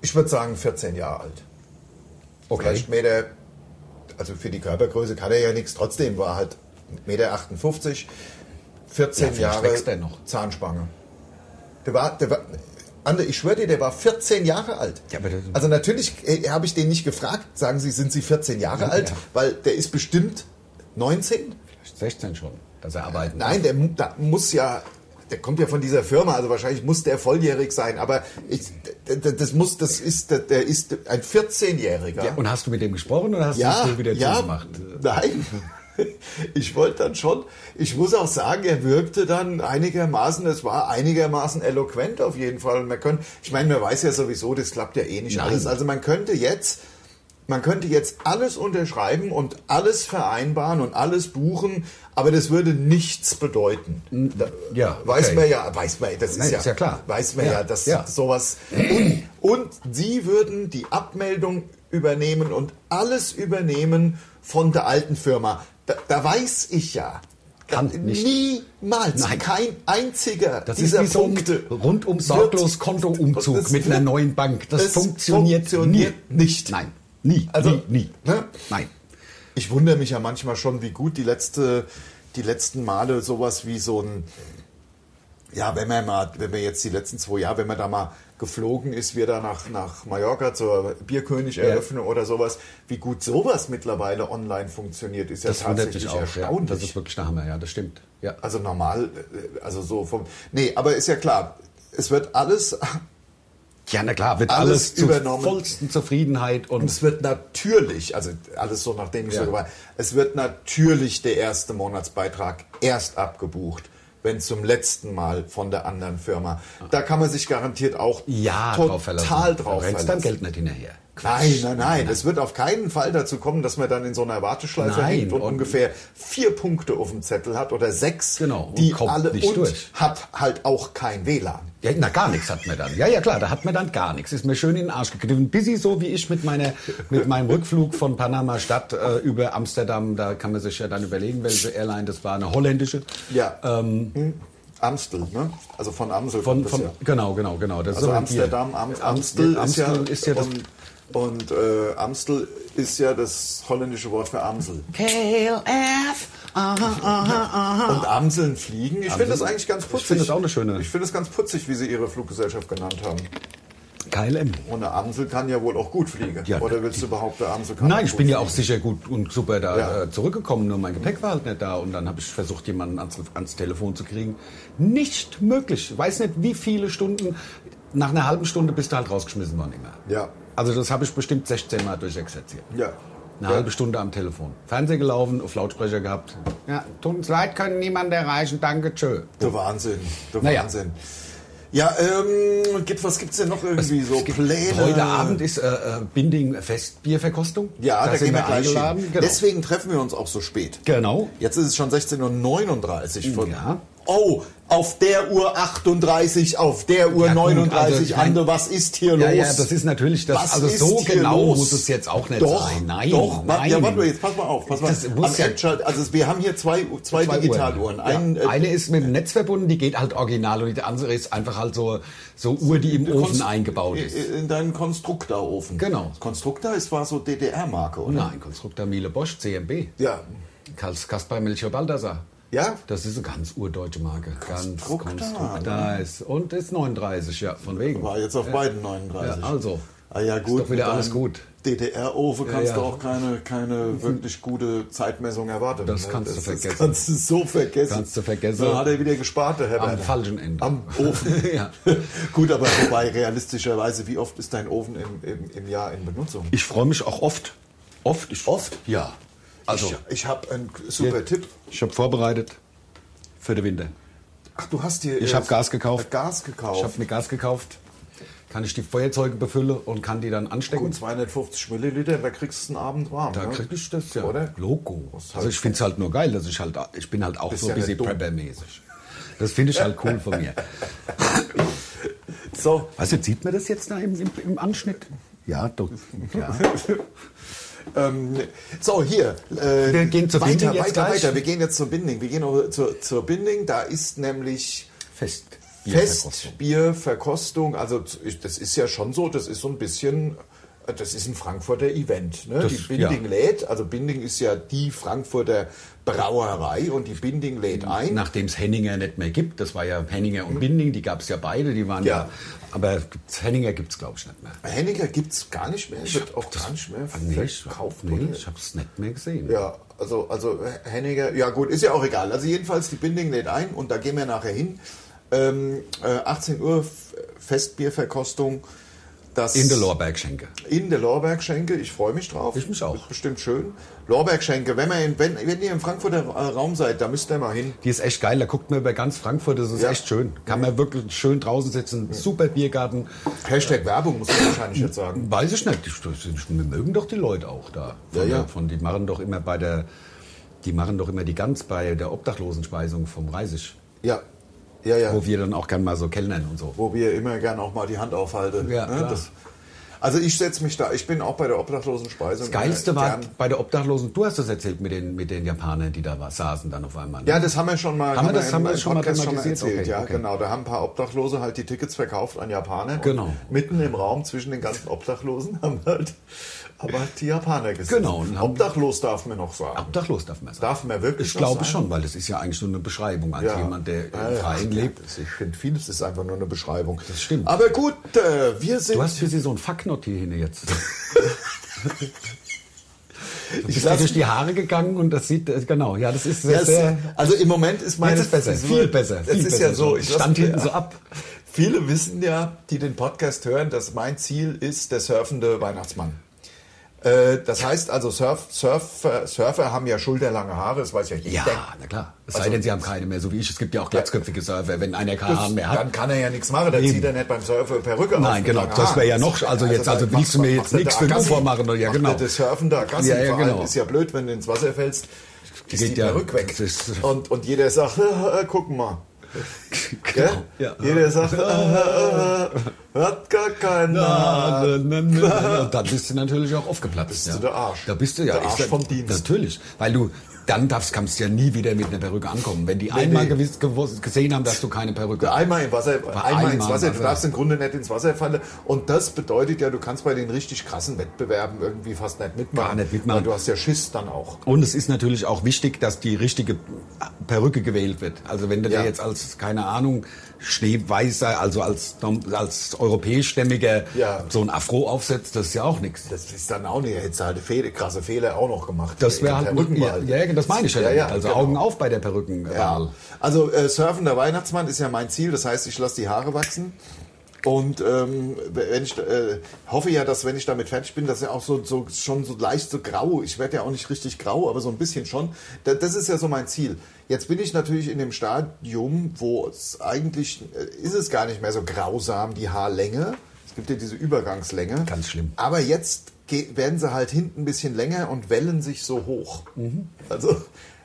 Ich würde sagen 14 Jahre alt. okay. Vielleicht Meter, also für die Körpergröße kann er ja nichts, trotzdem war halt Meter 58, 14 vielleicht Jahre wächst er noch. Zahnspange. Der war, der war, Ander, ich schwöre dir, der war 14 Jahre alt. Ja, aber das- also natürlich äh, habe ich den nicht gefragt, sagen Sie, sind Sie 14 Jahre Ja, alt? ja. Weil der ist bestimmt 19. Vielleicht 16 schon, dass er arbeiten Nein, der, mu- da muss ja, der kommt ja von dieser Firma, also wahrscheinlich muss der volljährig sein, aber ich, d- d- das muss, das ist, der ist ein 14-Jähriger. darf. Und hast du mit dem gesprochen oder hast du es wieder zugemacht? Nein. Ich wollte dann schon, ich muss auch sagen, er wirkte dann einigermaßen, es war einigermaßen eloquent auf jeden Fall. Und man könnte, ich meine, man weiß ja sowieso, das klappt ja eh nicht Nein. alles. Also man könnte jetzt, man könnte jetzt alles unterschreiben und alles vereinbaren und alles buchen, aber das würde nichts bedeuten. Da- ja, Weiß okay. man ja, weiß man, das ist, Nein, ja, ist ja klar. Weiß man ja, Ja, dass ja. sowas. Und sie würden die Abmeldung übernehmen und alles übernehmen von der alten Firma. Da, da weiß ich ja. Kann nicht. Niemals. Nein. Kein einziger Das ist dieser wie so ein Punkte. rundum wird- sorglos Kontoumzug Das mit einer wird- neuen Bank. Das es funktioniert, funktioniert nie. nicht. Nein, nie, Also, nie, nie. ne? Nein. Ich wundere mich ja manchmal schon, wie gut die, letzte, die letzten Male sowas wie so ein, ja, wenn man mal, wenn wir jetzt die letzten zwei Jahre, wenn man da mal geflogen ist, wir da nach, nach Mallorca zur Bierkönig-Eröffnung oder sowas, wie gut sowas mittlerweile online funktioniert, ist ja Das wundert tatsächlich mich auch. Ja. erstaunlich. Das ist wirklich der Hammer, ja, das stimmt. Ja. Also normal, äh, also so vom. Nee, aber ist ja klar, es wird alles ja, na klar, wird Alles alles, übernommen. zur vollsten Zufriedenheit und Und es wird natürlich, also alles so nachdem ich Ja. so war, es wird natürlich der erste Monatsbeitrag erst abgebucht, wenn zum letzten Mal von der anderen Firma. Da kann man sich garantiert auch ja, drauf verlassen. total Da drauf rennst verlassen. dann Geld nicht hinterher. Nein, nein, nein. Es wird auf keinen Fall dazu kommen, dass man dann in so einer Warteschleife Nein, hängt und, und- ungefähr vier Punkte auf dem Zettel hat oder sechs, Genau, und die kommt alle nicht und durch. hat halt auch kein WLAN. Ja, na, gar nichts hat mir dann. Ja, ja, klar, da hat mir dann gar nichts. Ist mir schön in den Arsch gegriffen. Busy so wie ich mit, meiner, mit meinem Rückflug von Panama Stadt äh, über Amsterdam. Da kann man sich ja dann überlegen, welche Airline das war. Eine holländische. Ähm, Ja. Hm. Amstel, ne? Also von Amsel Von, kommt das von, ja. Genau, genau, genau. Das Also so ein Amsterdam, Bier. Am, Am- Amstel, Amstel ist ja, ist ja das. und, und äh, Amstel ist ja das holländische Wort für Amsel. KLF. Aha, aha, aha. Und Amseln fliegen? Ich finde das eigentlich ganz putzig. Ich finde das auch eine schöne- Ich finde das ganz putzig, wie sie ihre Fluggesellschaft genannt haben. KLM. Und eine Amsel kann ja wohl auch gut fliegen. Ja, Oder willst du behaupten, eine Amsel kann Nein, auch ich gut bin ja fliegen? auch sicher gut und super da Ja. äh, zurückgekommen, nur mein Gepäck war halt nicht da und dann habe ich versucht, jemanden ans, ans Telefon zu kriegen. Nicht möglich. Ich weiß nicht, wie viele Stunden. Nach einer halben Stunde bist du halt rausgeschmissen worden immer. Ja. Also das habe ich bestimmt 16 Mal durchexerziert. Ja. Eine halbe Stunde am Telefon. Fernseher gelaufen, auf Lautsprecher gehabt. Ja, tut uns leid, können niemand erreichen, danke, tschö. Der Wahnsinn. Der Naja. Wahnsinn. Ja, ähm, gibt, was gibt's denn noch irgendwie so Pläne? Heute Abend ist äh, äh, Binding Festbierverkostung. Ja, da, gehen wir gleich eingeladen. hin. Genau. Deswegen treffen wir uns auch so spät. genau. Jetzt ist es schon 16.39 Uhr. Von, Ja. Oh, auf der Uhr 38, auf der Uhr Ja, gut, 39. also ich mein- Ande, was ist hier Ja, los? ja, das ist natürlich das. Was also ist so hier genau los? muss es jetzt auch nicht doch, sein. Nein, doch. wa- nein. Ja, warte mal, jetzt pass mal auf. Pass mal. Das muss Am ja- Endschalt- also wir haben hier zwei, zwei, Zwei Digitaluhren. Uhren. Einen, ja. äh, Eine ist mit dem Netz verbunden, die geht halt original und die andere ist einfach halt so, so Uhr, die im Ofen Äh, Konst- äh, eingebaut ist. In in deinen Konstruktorofen. Genau. Konstruktor ist war so DDR-Marke, oder? Oh Nein, Konstruktor Miele Bosch, CMB. Ja. Kas- Kaspar Melchior Baldassar. Ja? Das ist eine ganz urdeutsche Marke. Ganz Konstruktor, Konstruktor. ist- Und ist 39, ja, von wegen. War jetzt auf beiden 39. Ja, also. Ah ja, gut. doch wieder mit alles deinem gut. DDR-Ofe kannst ja. Mhm. du auch keine, keine wirklich gute Zeitmessung erwarten. Das ne? kannst du Das vergessen. kannst du so vergessen. Kannst du vergessen. Da hat er wieder gespart, der Herr Am Werner. falschen Ende. Am Ofen. Ja. gut, aber wobei realistischerweise, wie oft ist dein Ofen im, im, im Jahr in Benutzung? Ich freue mich auch oft. Oft? Ich, oft? Ja. Also, ich, ich habe einen super Tipp. ich habe vorbereitet für den Winter. Ach, du hast dir. Ich äh, habe Gas gekauft. Gas gekauft. Ich habe mir Gas gekauft. Kann ich die Feuerzeuge befülle und kann die dann anstecken? Gut, 250 Milliliter, da kriegst du einen Abend warm. Da ne? krieg ich das ja. Oder? Logo. Ist halt- Also ich find's halt nur geil, dass ich halt, ich bin halt auch Bist so ein ja bisschen nicht dumm. Prepper-mäßig. Das finde ich halt cool von mir. So, Weißt du, sieht man das jetzt da im, im, im Anschnitt? Ja, doch. Ja. ähm, so hier. äh, Wir gehen zur weiter, Binding weiter, jetzt gleich. weiter. Wir gehen jetzt zur Binding. Wir gehen auch zur, zur Binding. Da ist nämlich Fest. Festbierverkostung. Also z- ich- das ist ja schon so. Das ist so ein bisschen. äh, Das ist ein Frankfurter Event. Ne? Das- die Binding ja. lädt. Also Binding ist ja die Frankfurter Brauerei und die Binding lädt ein. Nachdem es Henninger nicht mehr gibt, das war ja Henninger und Binding, die gab's ja beide, die waren ja. Ja. aber gibt's, Henninger gibt's glaube ich, nicht mehr. Henninger gibt es gar nicht mehr. Wird auch gar nicht mehr verkauft. oder? nee, ich habe es nicht mehr gesehen. Ja, also, also Henninger, ja gut, ist ja auch egal. Also jedenfalls, die Binding lädt ein und da gehen wir nachher hin. Ähm, äh, 18 Uhr F- Festbierverkostung. Das In der Lorbergschenke. In der Lorbergschenke, ich freue mich drauf. Ich mich auch. Wird bestimmt schön. Lorbergschenke, wenn, man in, wenn, wenn ihr im Frankfurter Ra- Raum seid, da müsst ihr mal hin. Die ist echt geil, da guckt man über ganz Frankfurt, das ist Ja. echt schön. Kann man wirklich schön draußen sitzen, super Biergarten. Äh, Hashtag Werbung muss man wahrscheinlich jetzt sagen. Weiß ich nicht. Die- die- Wir mögen doch die Leute auch da. Von Ja, ja. Der, von, die machen doch immer bei der, die machen doch immer die Gans bei der Obdachlosenspeisung vom Reisig, Ja, ja, ja. wo wir dann auch gern mal so kellnern und so. wo wir immer gern auch mal die Hand aufhalten. Ja, klar. also ich setze mich da, ich bin auch bei der obdachlosen Das Speisung. Geilste war gern. bei der Obdachlosen, du hast das erzählt mit den, mit den Japanern, die da war, saßen dann auf einmal. ne? Ja, das haben wir schon mal, Haben wir das- im- haben wir im das schon mal Podcast thematisiert? erzählt, Okay, ja, okay. genau. Da haben ein paar Obdachlose halt die Tickets verkauft an Japaner. Genau. Und mitten im Raum zwischen den ganzen Obdachlosen haben halt aber die Japaner gesessen. Genau, und haben- Obdachlos darf man noch sagen. Obdachlos darf man sagen. Darf man wirklich Ich noch glaube sagen? schon, weil das ist ja eigentlich nur eine Beschreibung als jemand, der Ja, im ja, Freien ja, lebt. Ich finde, vieles ist einfach nur eine Beschreibung. Das stimmt. Aber gut, äh, wir sind. Du hast für sie so ein Fucknot hier hin jetzt. Du ich bist dir lass, durch die Haare gegangen und das sieht, äh, genau, ja, das ist sehr, Ja, es- sehr also im Moment ist meine. Jetzt ist besser, so- viel besser, Es viel ist besser. ja so, Ich lass- stand hinten so ab. Viele wissen ja, die den Podcast hören, dass mein Ziel ist der surfende Weihnachtsmann. Äh, Das heißt also, Surf, Surfer, Surfer haben ja schulterlange Haare, das weiß ja Also- jeder. Ja, na klar. Es sei denn, sie haben keine mehr, so wie ich. Es gibt ja auch glatzköpfige Surfer, wenn einer keine Haare mehr Dann ähm, hat. kann er ja nichts machen, dann Eben. zieht er nicht beim Surfen Perücke auf. Nein, mit genau, langen das wäre ja Haaren. noch- also jetzt- also dann willst du macht- mir macht jetzt der nichts für den Agassi, Ohr machen, oder? Ja, macht der genau. Das Surfen da, Gassi, Ja, ja, vor allem genau. ist ja blöd, wenn du ins Wasser fällst, ist Geht die ja, Perücke weg. das ist- Genau, Und, und jeder sagt, "Äh, guck mal. Gell? Jeder sagt, äh, äh, hat gar keiner. Da bist du natürlich auch aufgeplatzt. Bist du der Arsch. Da bist du ja. Der ich Arsch sag- vom Dienst. Natürlich, weil du dann darfst, kannst du ja nie wieder mit einer Perücke ankommen. Wenn die einmal nee. gewiss, gewusst, gesehen haben, dass du keine Perücke hast. Einmal im Wasser, einmal, einmal ins im Wasser. Du Wasser. darfst im Grunde nicht ins Wasser fallen. Und das bedeutet ja, du kannst bei den richtig krassen Wettbewerben irgendwie fast nicht mitmachen. Gar nicht mitmachen. Weil du hast ja Schiss dann auch. Und es ist natürlich auch wichtig, dass die richtige Perücke gewählt wird. Also wenn du Ja. dir jetzt als, keine Ahnung, Schneeweißer, also als, als europäischstämmiger Ja. so ein Afro aufsetzt, das ist ja auch nichts. Das ist dann auch nicht, hättest du halt Fehler, krasse Fehler auch noch gemacht. Das wäre In halt, der Rückenwahl. ja, ja, das meine ich ja. Ja, damit. ja, also genau. Augen auf bei der Perückenwahl. Ja. Also äh, Surfen der Weihnachtsmann ist ja mein Ziel. Das heißt, ich lasse die Haare wachsen. Und ähm, wenn ich äh, hoffe ja, dass wenn ich damit fertig bin, dass ja auch so, so schon so leicht so grau. Ich werde ja auch nicht richtig grau, aber so ein bisschen schon. Da, das ist ja so mein Ziel. Jetzt bin ich natürlich in dem Stadium, wo es eigentlich äh, ist es gar nicht mehr so grausam die Haarlänge. Es gibt ja diese Übergangslänge. Ganz schlimm. Aber jetzt ge- werden sie halt hinten ein bisschen länger und wellen sich so hoch. Mhm. Also,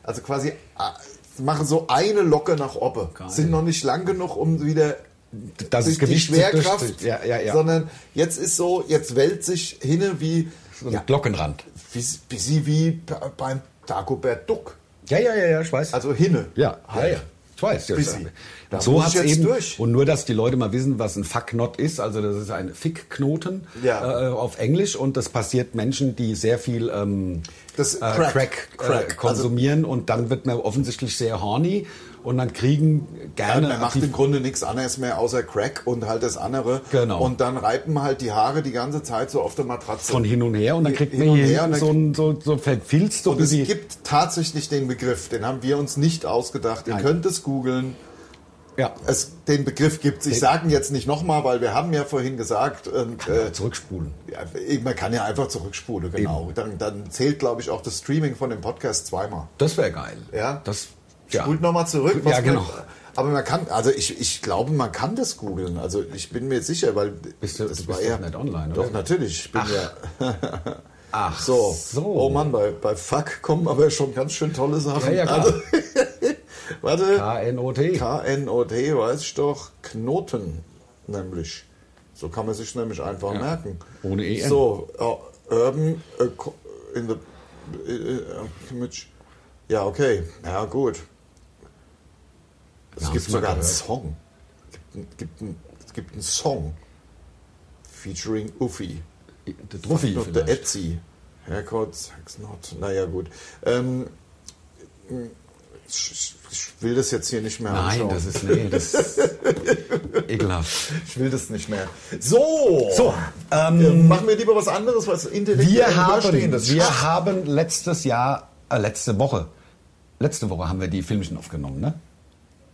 also quasi äh, machen so eine Locke nach oben. Sind noch nicht lang genug, um wieder Das durch die Gewicht zu Schwerkraft, durchziehen. Ja, ja, ja. sondern jetzt ist so, jetzt wellt sich hinne wie, So ein ja, Glockenrand. wie, bisschen wie be- beim Dagobert Duck. Ja, ja, ja, ja, ich weiß. Also hinne. ja, Halt. ja, ja. Ich weiß. Ja, Bissi. Da Und so muss ich hat's jetzt eben. durch. Und nur, dass die Leute mal wissen, was ein Fuckknot ist. Also das ist ein Fickknoten Ja. äh, auf Englisch. Und das passiert Menschen, die sehr viel ähm, Das äh, Crack. also Crack, Crack. Äh, konsumieren. und dann wird man offensichtlich sehr horny. Und dann kriegen Ja, gerne... man macht die- im Grunde nichts anderes mehr außer Crack und halt das andere. Genau. Und dann reiben halt die Haare die ganze Zeit so auf der Matratze. von hin und her und dann kriegt Hin man und hier her und dann- so ein so, so verfilzt so Und ein es bisschen- gibt tatsächlich den Begriff, den haben wir uns nicht ausgedacht. Ihr Nein. könnt es googeln. ja Es, den Begriff gibt es. Ich sage ihn jetzt nicht nochmal, weil wir haben ja vorhin gesagt, und, äh, zurückspulen ja, man kann ja einfach zurückspulen, genau. Dann, dann zählt, glaube ich, auch das Streaming von dem Podcast zweimal. das wäre geil Ja. das ja. Spult nochmal zurück. was Ja, man- genau. aber man kann, also ich, ich glaube, man kann das googeln. Also ich bin mir sicher, weil Bist du- das du bist doch nicht online, Doch, oder? natürlich. Ich bin ja ach so. so Oh Mann, bei, bei Fuck kommen aber schon ganz schön tolle Sachen. Ja, ja, klar. also, warte. KNOT KNOT weiß ich doch, Knoten nämlich. So kann man sich nämlich einfach merken. Ohne E EM. So, äh, Urban äh, Co- in the. äh, äh, Kimmich. Ja, okay. Ja, gut. Es Ja, gibt hast du mal sogar einen gehört. Song. Es gibt, gibt, einen- es gibt einen Song. Featuring Uffi. der Truffi Noch der vielleicht Etsy. Haircut, Sex Not. Naja, gut. Ähm, ich, ich will das jetzt hier nicht mehr nein anschauen. das ist nee das ist ekelhaft Ich will das nicht mehr. So! So, ähm, ja, machen wir lieber was anderes, was intellektuell wir haben überstehendes. wir Schach. haben letztes Jahr äh, letzte Woche letzte Woche haben wir die Filmchen aufgenommen ne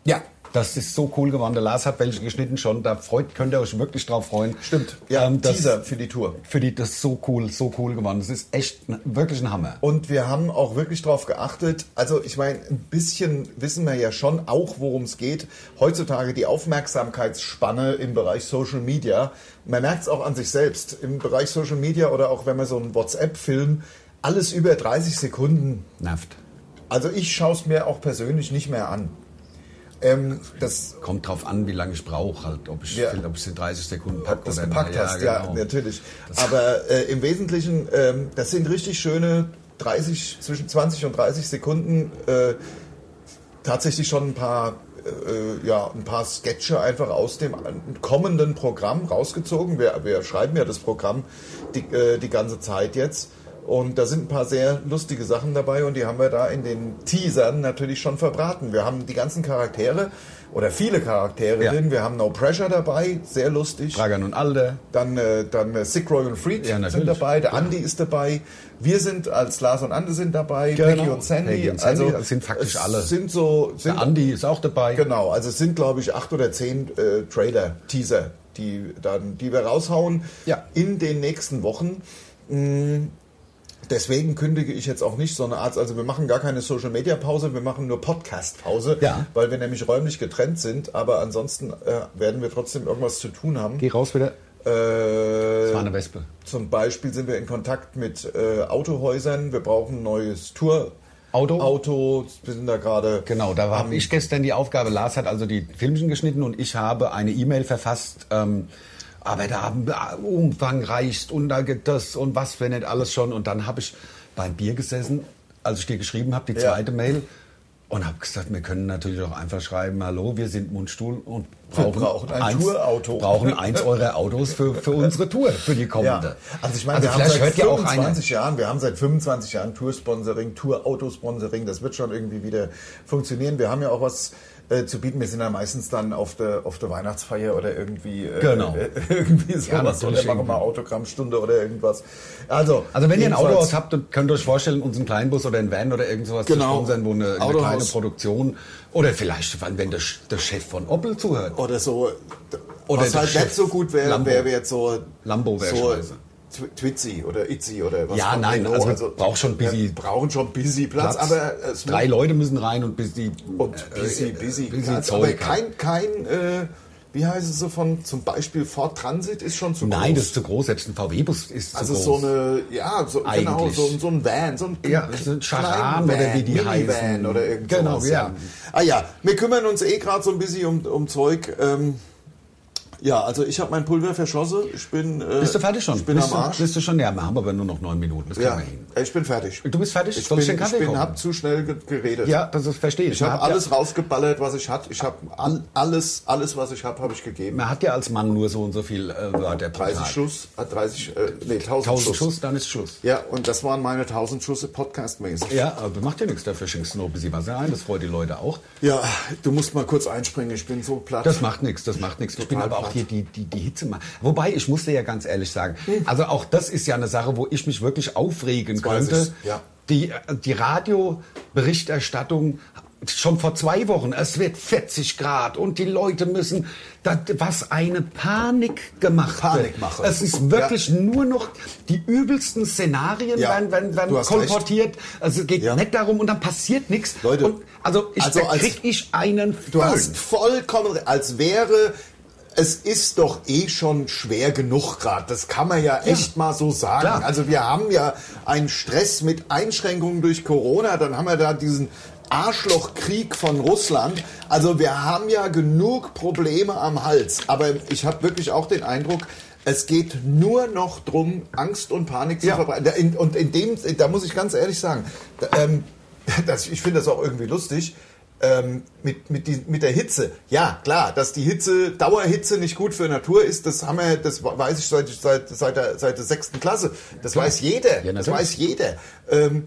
ja das ist so cool geworden. Der Lars hat welche geschnitten schon. Da freut, könnt ihr euch wirklich drauf freuen. Stimmt. Ja, ähm, das, Teaser für die Tour. Für die, das ist so cool, so cool geworden. Das ist echt ein- wirklich ein Hammer. Und wir haben auch wirklich drauf geachtet. Also, ich meine, ein bisschen wissen wir ja schon auch, worum es geht. Heutzutage die Aufmerksamkeitsspanne im Bereich Social Media. Man merkt es auch an sich selbst. Im Bereich Social Media oder auch wenn man so einen WhatsApp-Film, alles über 30 Sekunden Nervt. Also ich schaue es mir auch persönlich nicht mehr an. Ähm, das, Kommt drauf an, wie lange ich brauche, halt, ob ich, Ja. ob ich es in 30 Sekunden ob packe du es oder gepackt ja, hast, genau. ja, natürlich. Aber äh, im Wesentlichen, ähm, das sind richtig schöne 30, zwischen 20 und 30 Sekunden äh, tatsächlich schon ein paar, äh, ja, ein paar Sketche einfach aus dem kommenden Programm rausgezogen. Wir, wir schreiben ja das Programm die, äh, die ganze Zeit jetzt. Und da sind ein paar sehr lustige Sachen dabei und die haben wir da in den Teasern natürlich schon verbraten. Wir haben die ganzen Charaktere oder viele Charaktere Ja. drin. Wir haben No Pressure dabei, sehr lustig. Dragan und Alde. Dann, äh, dann äh, Sick Roy und Freed Ja, sind natürlich. dabei, der Andi ist dabei. Wir sind als Lars und Ande sind dabei, Genau. Peggy und Sandy. Peggy Also, und Sandy, das sind faktisch es alle. Sind so, Der sind, Andi ist auch dabei. genau, also es sind glaube ich acht oder zehn äh, Trailer, Teaser, die, dann, die wir raushauen Ja. in den nächsten Wochen. Mm, Deswegen kündige ich jetzt auch nicht so eine Art, also wir machen gar keine Social Media Pause, wir machen nur Podcast Pause, Ja. weil wir nämlich räumlich getrennt sind, aber ansonsten äh, werden wir trotzdem irgendwas zu tun haben. Geh raus wieder. Äh, Das war eine Wespe. zum Beispiel sind wir in Kontakt mit äh, Autohäusern. Wir brauchen ein neues Tour, Auto? Auto, wir sind da gerade. Genau, da habe ich gestern die Aufgabe. Lars hat also die Filmchen geschnitten und ich habe eine E-Mail verfasst. Ähm, aber da haben wir umfangreichst und da geht das und was, wenn nicht alles schon. Und dann habe ich beim Bier gesessen, als ich dir geschrieben habe, die Ja. zweite Mail. Und habe gesagt, wir können natürlich auch einfach schreiben, hallo, wir sind Mundstuhl und brauchen, brauchen ein Tourauto. brauchen eins eurer Autos für, für unsere Tour, für die kommende. Ja. Also ich meine, wir haben vielleicht seit hört ja auch einer. 25 Jahren, wir haben seit 25 Jahren Toursponsoring, Tour-Autosponsoring, das wird schon irgendwie wieder funktionieren. Wir haben ja auch was äh, zu bieten. Wir sind ja meistens dann auf der auf der Weihnachtsfeier oder irgendwie äh, Genau. äh, irgendwie sowas natürlich oder machen irgendwie. wir Autogrammstunde oder irgendwas. Also, Also wenn ihr ein jedenfalls- Autohaus habt, dann könnt ihr euch vorstellen, uns einen kleinen Bus oder einen Van oder irgend sowas Genau. zu sponsern, wo eine, eine Autohaus. kleine Produktion oder vielleicht, wenn wenn der, Sch- der Chef von Opel zuhört. oder so Oder was der halt Chef. nicht so gut wäre, Lambo. wäre jetzt so Lambo wäre so scheiße. Tw- Twitzy oder Itzy oder was Ja, von nein, Renault. also braucht schon busy wir brauchen schon busy Platz, aber äh, es drei Leute müssen rein und bis die äh, Und busy, busy, busy Platz, Zeug halt. aber hat. kein, kein, äh, wie heißt es so von, zum Beispiel Ford Transit ist schon zu Nein, das groß. ist zu groß, selbst ein VW-Bus ist also zu groß. so eine, ja, so, genau, Eigentlich. so, ein- so ein Van, so ein, Ja, so ein kleinen Charan oder wie die Minivan heißen. oder irgend Genau, sowas, ja. Ah ja, wir kümmern uns eh gerade so ein bisschen um, um Zeug. Ähm, ja, also ich habe mein Pulver verschossen. Ich bin, äh, bist du fertig schon? Ich bin bist am du, Arsch. Bist du schon? Ja, wir haben aber nur noch neun Minuten, das ja, kriegen wir hin. ich bin fertig. Du bist fertig? Ich Soll bin, ich den ich Kaffee bin kochen? hab zu schnell ge- geredet. Ja, das ist- verstehe ich. Ich habe Man hat alles ja, rausgeballert, was ich hatte. Ich habe all, alles, alles, was ich habe, habe ich gegeben. man hat ja als Mann nur so und so viel äh, Wörter pro 30 Tag. Schuss, äh, 30, äh, nee, 1000, 1000 Schuss. Schuss, dann ist Schluss. Ja, und das waren meine 1000 Schüsse podcastmäßig. Ja, aber macht ja nichts, dafür schenkst du noch ein bisschen Wasser ein, das freut die Leute auch. Ja, du musst mal kurz einspringen, ich bin so platt. Das macht nichts, das macht nichts. Ich bin Total aber auch platt. hier die, die, die Hitze mal. Wobei, ich muss dir ja ganz ehrlich sagen, also auch das ist ja eine Sache, wo ich mich wirklich aufregen weiß könnte. ich's, ja. Die, die Radioberichterstattung schon vor zwei Wochen, es wird 40 Grad und die Leute müssen, das, was eine Panik gemacht Panikmache. Es ist wirklich nur noch die übelsten Szenarien Ja, werden, werden, werden du hast kolportiert. Also es geht Ja. nicht darum und dann passiert nichts. Leute, und also ich also da als- krieg ich einen Du Föhn. hast vollkommen, re- als wäre es ist doch eh schon schwer genug gerade. Das kann man ja echt mal so sagen. Klar. Also wir haben ja einen Stress mit Einschränkungen durch Corona. Dann haben wir da diesen Arschlochkrieg von Russland. Also wir haben ja genug Probleme am Hals. Aber ich habe wirklich auch den Eindruck, es geht nur noch drum, Angst und Panik zu Ja. verbreiten. Da- in- Und in dem, da muss ich ganz ehrlich sagen, da- ähm, das, ich finde das auch irgendwie lustig. Ähm, mit, mit, die, mit der Hitze. Ja, klar, dass die Hitze, Dauerhitze nicht gut für Natur ist, das haben wir, das weiß ich seit, seit, seit, der, seit der sechsten Klasse. Das weiß jeder. Ja, das natürlich. weiß jeder. Ähm,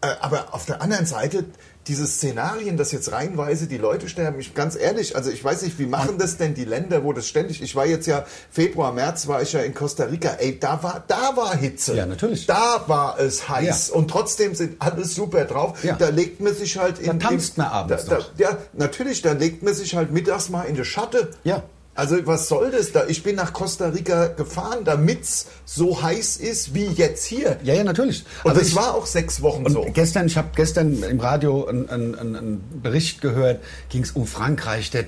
äh, aber auf der anderen Seite, diese Szenarien, dass jetzt reihenweise die Leute sterben, ich ganz ehrlich, also ich weiß nicht, wie machen das denn die Länder, wo das ständig, ich war jetzt ja Februar, März war ich ja in Costa Rica, ey, da war, da war Hitze. Ja, natürlich. Da war es heiß Ja. und trotzdem sind alle super drauf. Ja. Da legt man sich halt in... tanzt in, man abends da, da, noch. Ja, natürlich, da legt man sich halt mittags mal in die Schatte. Ja. Also was soll das da? Ich bin nach Costa Rica gefahren, damit's so heiß ist wie jetzt hier. Ja, ja, natürlich. Und Also das ich- war auch sechs Wochen und so. gestern, ich habe gestern im Radio einen einen einen Bericht gehört, ging es um Frankreich, der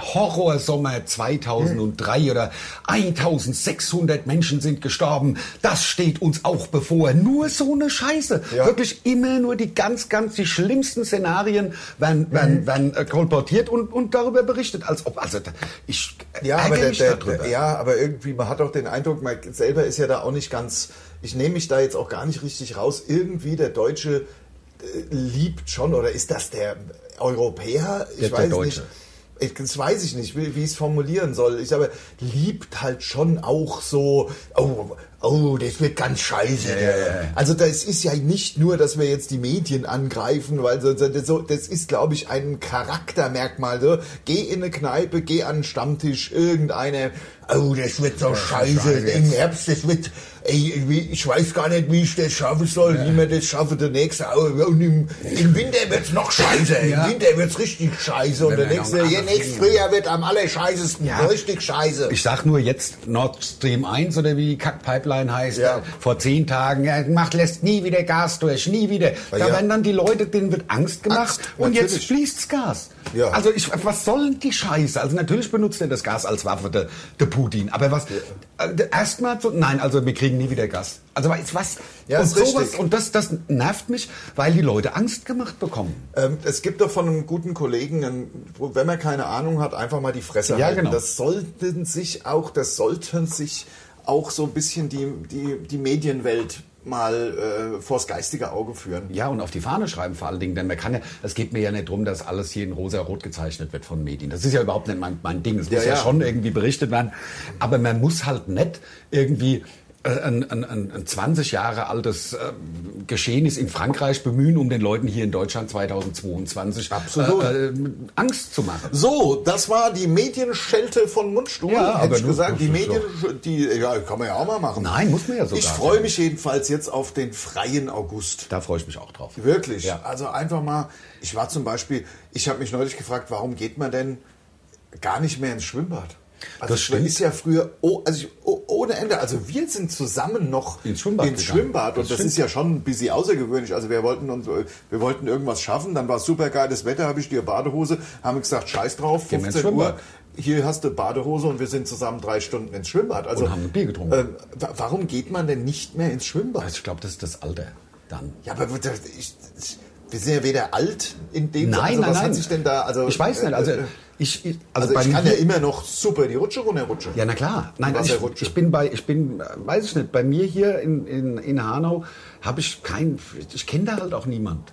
Horrorsommer 2003 Hm. oder 1600 Menschen sind gestorben. Das steht uns auch bevor. Nur so eine Scheiße. Ja. Wirklich immer nur die ganz, ganz, die schlimmsten Szenarien werden, Mhm. werden, werden äh, kolportiert und, und darüber berichtet. Als ob, also da- ich Ja, aber, ärgere der, mich der, darüber. der, ja, aber irgendwie, man hat auch den Eindruck, man selber ist ja da auch nicht ganz, ich nehme mich da jetzt auch gar nicht richtig raus, irgendwie der Deutsche äh, liebt schon, oder ist das der Europäer? Ich Der- der weiß Deutsche. nicht. Ich, das weiß ich nicht, wie, wie ich es formulieren soll. Ich aber liebt halt schon auch so, oh, oh das wird ganz scheiße. der. Also das ist ja nicht nur, dass wir jetzt die Medien angreifen, weil so, so- so, das ist, glaube ich, ein Charaktermerkmal. So, geh in eine Kneipe, geh an einen Stammtisch, irgendeine, oh, das wird so scheiße, im Herbst, das wird, ey, wie- ich weiß gar nicht, wie ich das schaffen soll, wie man das schaffen, der nächste, oh, und im, im Winter wird's noch scheiße, Ja. im Winter wird's richtig scheiße und Wenn der wir nächste, noch ja, anders nächstes reden. Frühjahr wird am allerscheißesten, Ja. richtig scheiße. Ich sag nur jetzt Nord Stream 1 oder wie die Pipeline heißt, Ja. vor zehn Tagen, er macht, lässt nie wieder Gas durch, nie wieder. Da Ja. werden dann die Leute, denen wird Angst gemacht Angst, und jetzt natürlich. fließt's Gas. Ja. Also ich, was soll denn die Scheiße? Also natürlich benutzt er das Gas als Waffe, der, der Putin. Aber was, äh, erstmal so, nein, also wir kriegen nie wieder Gas. Also was, was Ja, und ist sowas, richtig. und das, das nervt mich, weil die Leute Angst gemacht bekommen. Ähm, es gibt doch von einem guten Kollegen, ein- wenn man keine Ahnung hat, einfach mal die Fresse Ja, halten. genau. Das sollten sich auch, das sollten sich auch so ein bisschen die, die, die Medienwelt mal äh, vors geistige Auge führen. Ja, und auf die Fahne schreiben vor allen Dingen, denn man kann ja, es geht mir ja nicht drum, dass alles hier in rosa-rot gezeichnet wird von Medien. Das ist ja überhaupt nicht mein, mein Ding. Es muss ja, ja. schon irgendwie berichtet werden. Aber man muss halt nicht irgendwie äh, ein, ein, ein ein 20 Jahre altes äh, Geschehnis in Frankreich bemühen, um den Leuten hier in Deutschland 2022 Absolut. Äh, äh, Angst zu machen. So, das war die Medienschelte von Mundstuhl. Ja, hätte aber ich du- gesagt. Die das ist Medien, die, ja, kann man ja auch mal machen. Nein, muss man ja sogar. ich freue mich jedenfalls jetzt auf den freien August. Da freue ich mich auch drauf. Wirklich. Ja. Also einfach mal, ich war zum Beispiel, ich habe mich neulich gefragt, warum geht man denn gar nicht mehr ins Schwimmbad? Also Das ich- stimmt. ist ja früher oh, also ich, oh, ohne Ende. Also wir sind zusammen noch Ins Schwimmbad ins gegangen. Schwimmbad. Das und das stimmt. ist ja schon ein bisschen außergewöhnlich. Also wir wollten uns, wir wollten irgendwas schaffen, dann war super geiles Wetter, habe ich dir Badehose, haben gesagt, scheiß drauf, Gehen wir ins 15 Uhr. Schwimmbad. Hier hast du Badehose und wir sind zusammen drei Stunden ins Schwimmbad. Also Und haben ein Bier getrunken. ähm, wa- warum geht man denn nicht mehr ins Schwimmbad? Also ich glaube, das ist das Alter dann. Ja, aber das- ich, ich, wir sind ja weder alt in dem Nein, also nein, was nein. hat sich denn da also ich weiß nicht. Also äh, äh, ich, ich also, bei ich kann ja mir- immer noch super die Rutsche runterrutschen. Ja, na klar. Nein, also Was ich, er rutscht. ich bin bei, ich bin, äh, weiß ich nicht, bei mir hier in, in, in Hanau habe ich kein, ich kenne da halt auch niemand.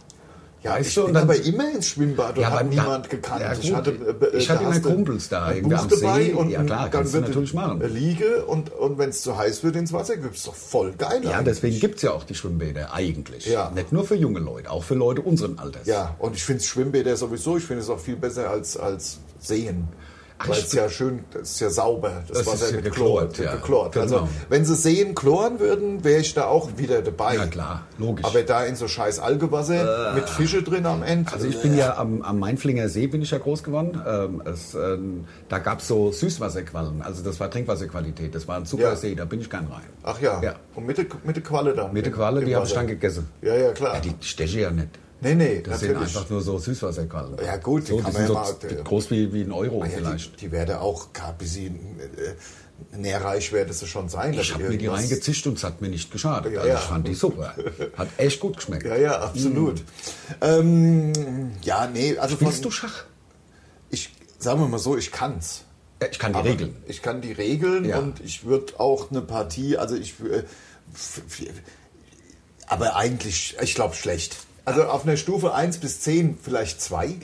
Ja, Weißt ich du, und bin dann- aber immer ins Schwimmbad und Ja, habe aber- niemand ja, gekannt. ja, ich gut. hatte, äh, Ich äh, hatte da immer hast du Kumpels da ein irgendwie Buch am dabei See. Und Ja, klar, dann kannst du wird natürlich machen. Liege und, und wenn es zu heiß wird, ins Wasser gibt's doch voll geil. Ja, eigentlich. deswegen gibt es ja auch die Schwimmbäder eigentlich. Ja. Nicht nur für junge Leute, auch für Leute unseren Alters. Ja, und ich finde Schwimmbäder sowieso, ich finde es auch viel besser als, als Seen. Ach, Weil ich- es ja schön, es ist ja sauber, das, Das Wasser ist ja mit geklort, Chlor. ja, geklort. genau. Also, wenn sie Seen chloren würden, wäre ich da auch wieder dabei. Ja, klar, logisch. Äh. Aber da in so scheiß Algewasser mit Fische drin am Ende. Also ich bin ja am, am Mainflinger See bin ich ja groß geworden. Ähm, es, ähm, da gab es so Süßwasserquallen. Also das war Trinkwasserqualität. Das war ein Zuckersee. Da bin ich gern rein. Ach ja. Ja. Und mit der, mit der Qualle dann. Mit der im- Qualle, im die habe ich Wasser. dann gegessen. Ja, ja, klar. Ja, die steche ja nicht. nee, nee, Das sind natürlich. einfach nur so Süßwasserquallen. Ja, gut, die so, die kann sind man so ja mal- äh, groß wie, wie ein Euro Ah ja, vielleicht. Die, die werde auch gar bis sie äh, nährreich werde es schon sein. dass Ich habe mir die irgendwas- reingezischt und es hat mir nicht geschadet. Ja, also ja. ich fand die super. Hat echt gut geschmeckt. Ja, ja, absolut. Ähm, ja, nee, also Spielst du von, Schach? ich sagen wir mal so, ich kann's. Ja, ich kann die Aber Regeln. Ich kann die Regeln Ja. und ich würde auch eine Partie, also ich äh, f- f- aber eigentlich, ich glaube schlecht. Also auf einer Stufe 1 bis 10 vielleicht 2.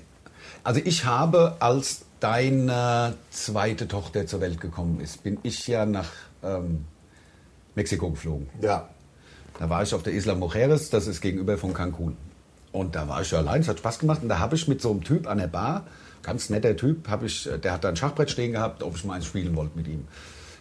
Also ich habe, als deine zweite Tochter zur Welt gekommen ist, bin ich ja nach ähm, Mexiko geflogen. Ja. Da war ich auf der Isla Mujeres, das ist gegenüber von Cancun. Und da war ich ja allein, es hat Spaß gemacht. Und da habe ich mit so einem Typ an der Bar, ganz netter Typ, habe ich, äh, der hat da ein Schachbrett stehen gehabt, ob ich mal eins spielen wollte mit ihm.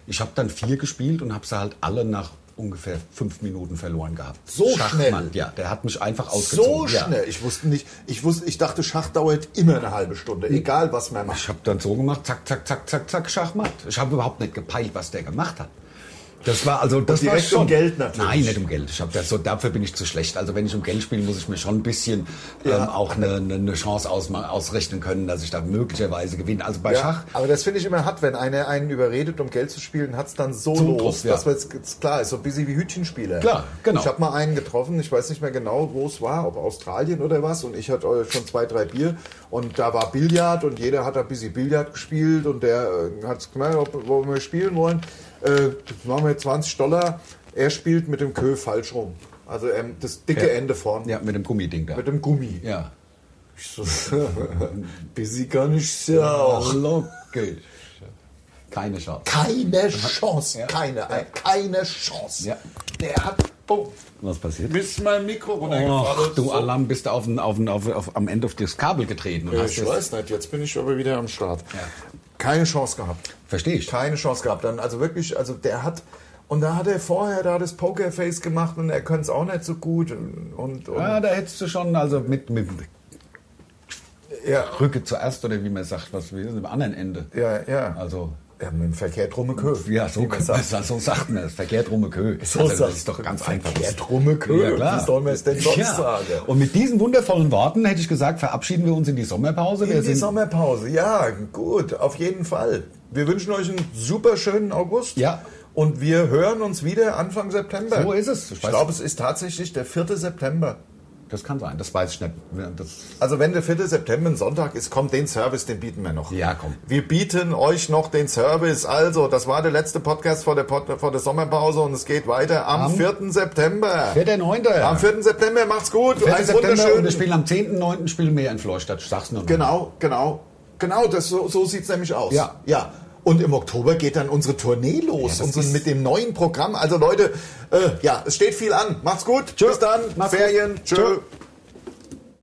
Ich habe dann vier gespielt und habe sie halt alle nach ungefähr fünf Minuten verloren gehabt. So Schachmann, schnell? Ja, der hat mich einfach So ausgezogen. schnell. Ja. Ich wusste nicht, ich wusste, ich dachte, Schach dauert immer eine halbe Stunde, Hm. egal was man macht. Ich habe dann so gemacht, zack, zack, zack, zack, zack, Schachmatt. Ich habe überhaupt nicht gepeilt, was der gemacht hat. Das war also das war direkt schon. um Geld natürlich. Nein, nicht um Geld. Ich hab das so, dafür bin ich zu schlecht. Also wenn ich um Geld spiele, muss ich mir schon ein bisschen ähm, auch eine, eine, eine Chance ausma- ausrechnen können, dass ich da möglicherweise gewinne. Also bei Schach Ja, aber das finde ich immer hart, wenn einer einen überredet, um Geld zu spielen, hat es dann so So los, drauf, ja. dass man jetzt- jetzt klar ist, so ein bisschen wie Hütchenspieler. Klar, genau. Ich habe mal einen getroffen, ich weiß nicht mehr genau, wo es war, ob Australien oder was, und ich hatte äh, schon zwei, drei Bier und da war Billard und jeder hat da ein bisschen Billard gespielt und der äh, hat gemerkt, ob, wo wir spielen wollen. Äh, das machen wir 20 Dollar. Er spielt mit dem Kö falsch rum. Also ähm, das dicke Ja. Ende vorne. ja, mit dem Gummiding da. Mit dem Gummi. Ja. Ich so, busy kann ich's ja auch. logisch. Keine Chance. keine Chance, Ja. keine, keine Chance. Ja. Der hat Boom. Was passiert? bis mein Mikro Ach, du Alarm, bist du auf, den- auf, den- auf, auf, am Ende auf das Kabel getreten. und Ja, hast ich das- weiß nicht, jetzt bin ich aber wieder am Start. Ja. Keine Chance gehabt. Versteh ich. Keine Chance gehabt. Dann, also wirklich, also der hat. Und da hat er vorher da das Pokerface gemacht und er könnte es auch nicht so gut. Und, und, und Ja, Ah, da hättest du schon, also mit, mit ja. Rücke zuerst oder wie man sagt, was wir sind am anderen Ende. Ja, ja. Also Ja, mit dem Verkehrt rumme Kö. Ja, so, kann man sagen. so sagt man es. Verkehrt rumme Kö. also, das ist doch ganz einfach. Verkehrt rumme Kö. Ja, klar. Wie soll man es denn sonst Ja. sagen? Und mit diesen wundervollen Worten hätte ich gesagt, verabschieden wir uns in die Sommerpause. Wir In die sind Sommerpause, ja, gut, auf jeden Fall. Wir wünschen euch einen super schönen August. Ja. Und wir hören uns wieder Anfang September. So ist es. Ich Ich, weiß- glaube, es ist tatsächlich der 4. September. das kann sein, das weiß ich nicht. Das, Also wenn der 4. September ein Sonntag ist, kommt den Service, den bieten wir noch. Ja, komm. Wir bieten euch noch den Service. Also, das war der letzte Podcast vor der, Pod vor der Sommerpause und es geht weiter am, 4. September. wer der Neunte? Am 4. September, macht's gut. 4. Einen September und wunderschönen- wir spielen am 10.9. spielen wir in Florstadt. Ich sag's nur. noch. Genau, genau. Genau, das, so, so sieht es nämlich aus. Ja. ja. Und im Oktober geht dann unsere Tournee los das unsere, ist- mit dem neuen Programm. Also Leute, äh, ja, es steht viel an. Macht's gut. Tschö. Bis dann. Macht's Ferien. gut. Tschö. Tschö.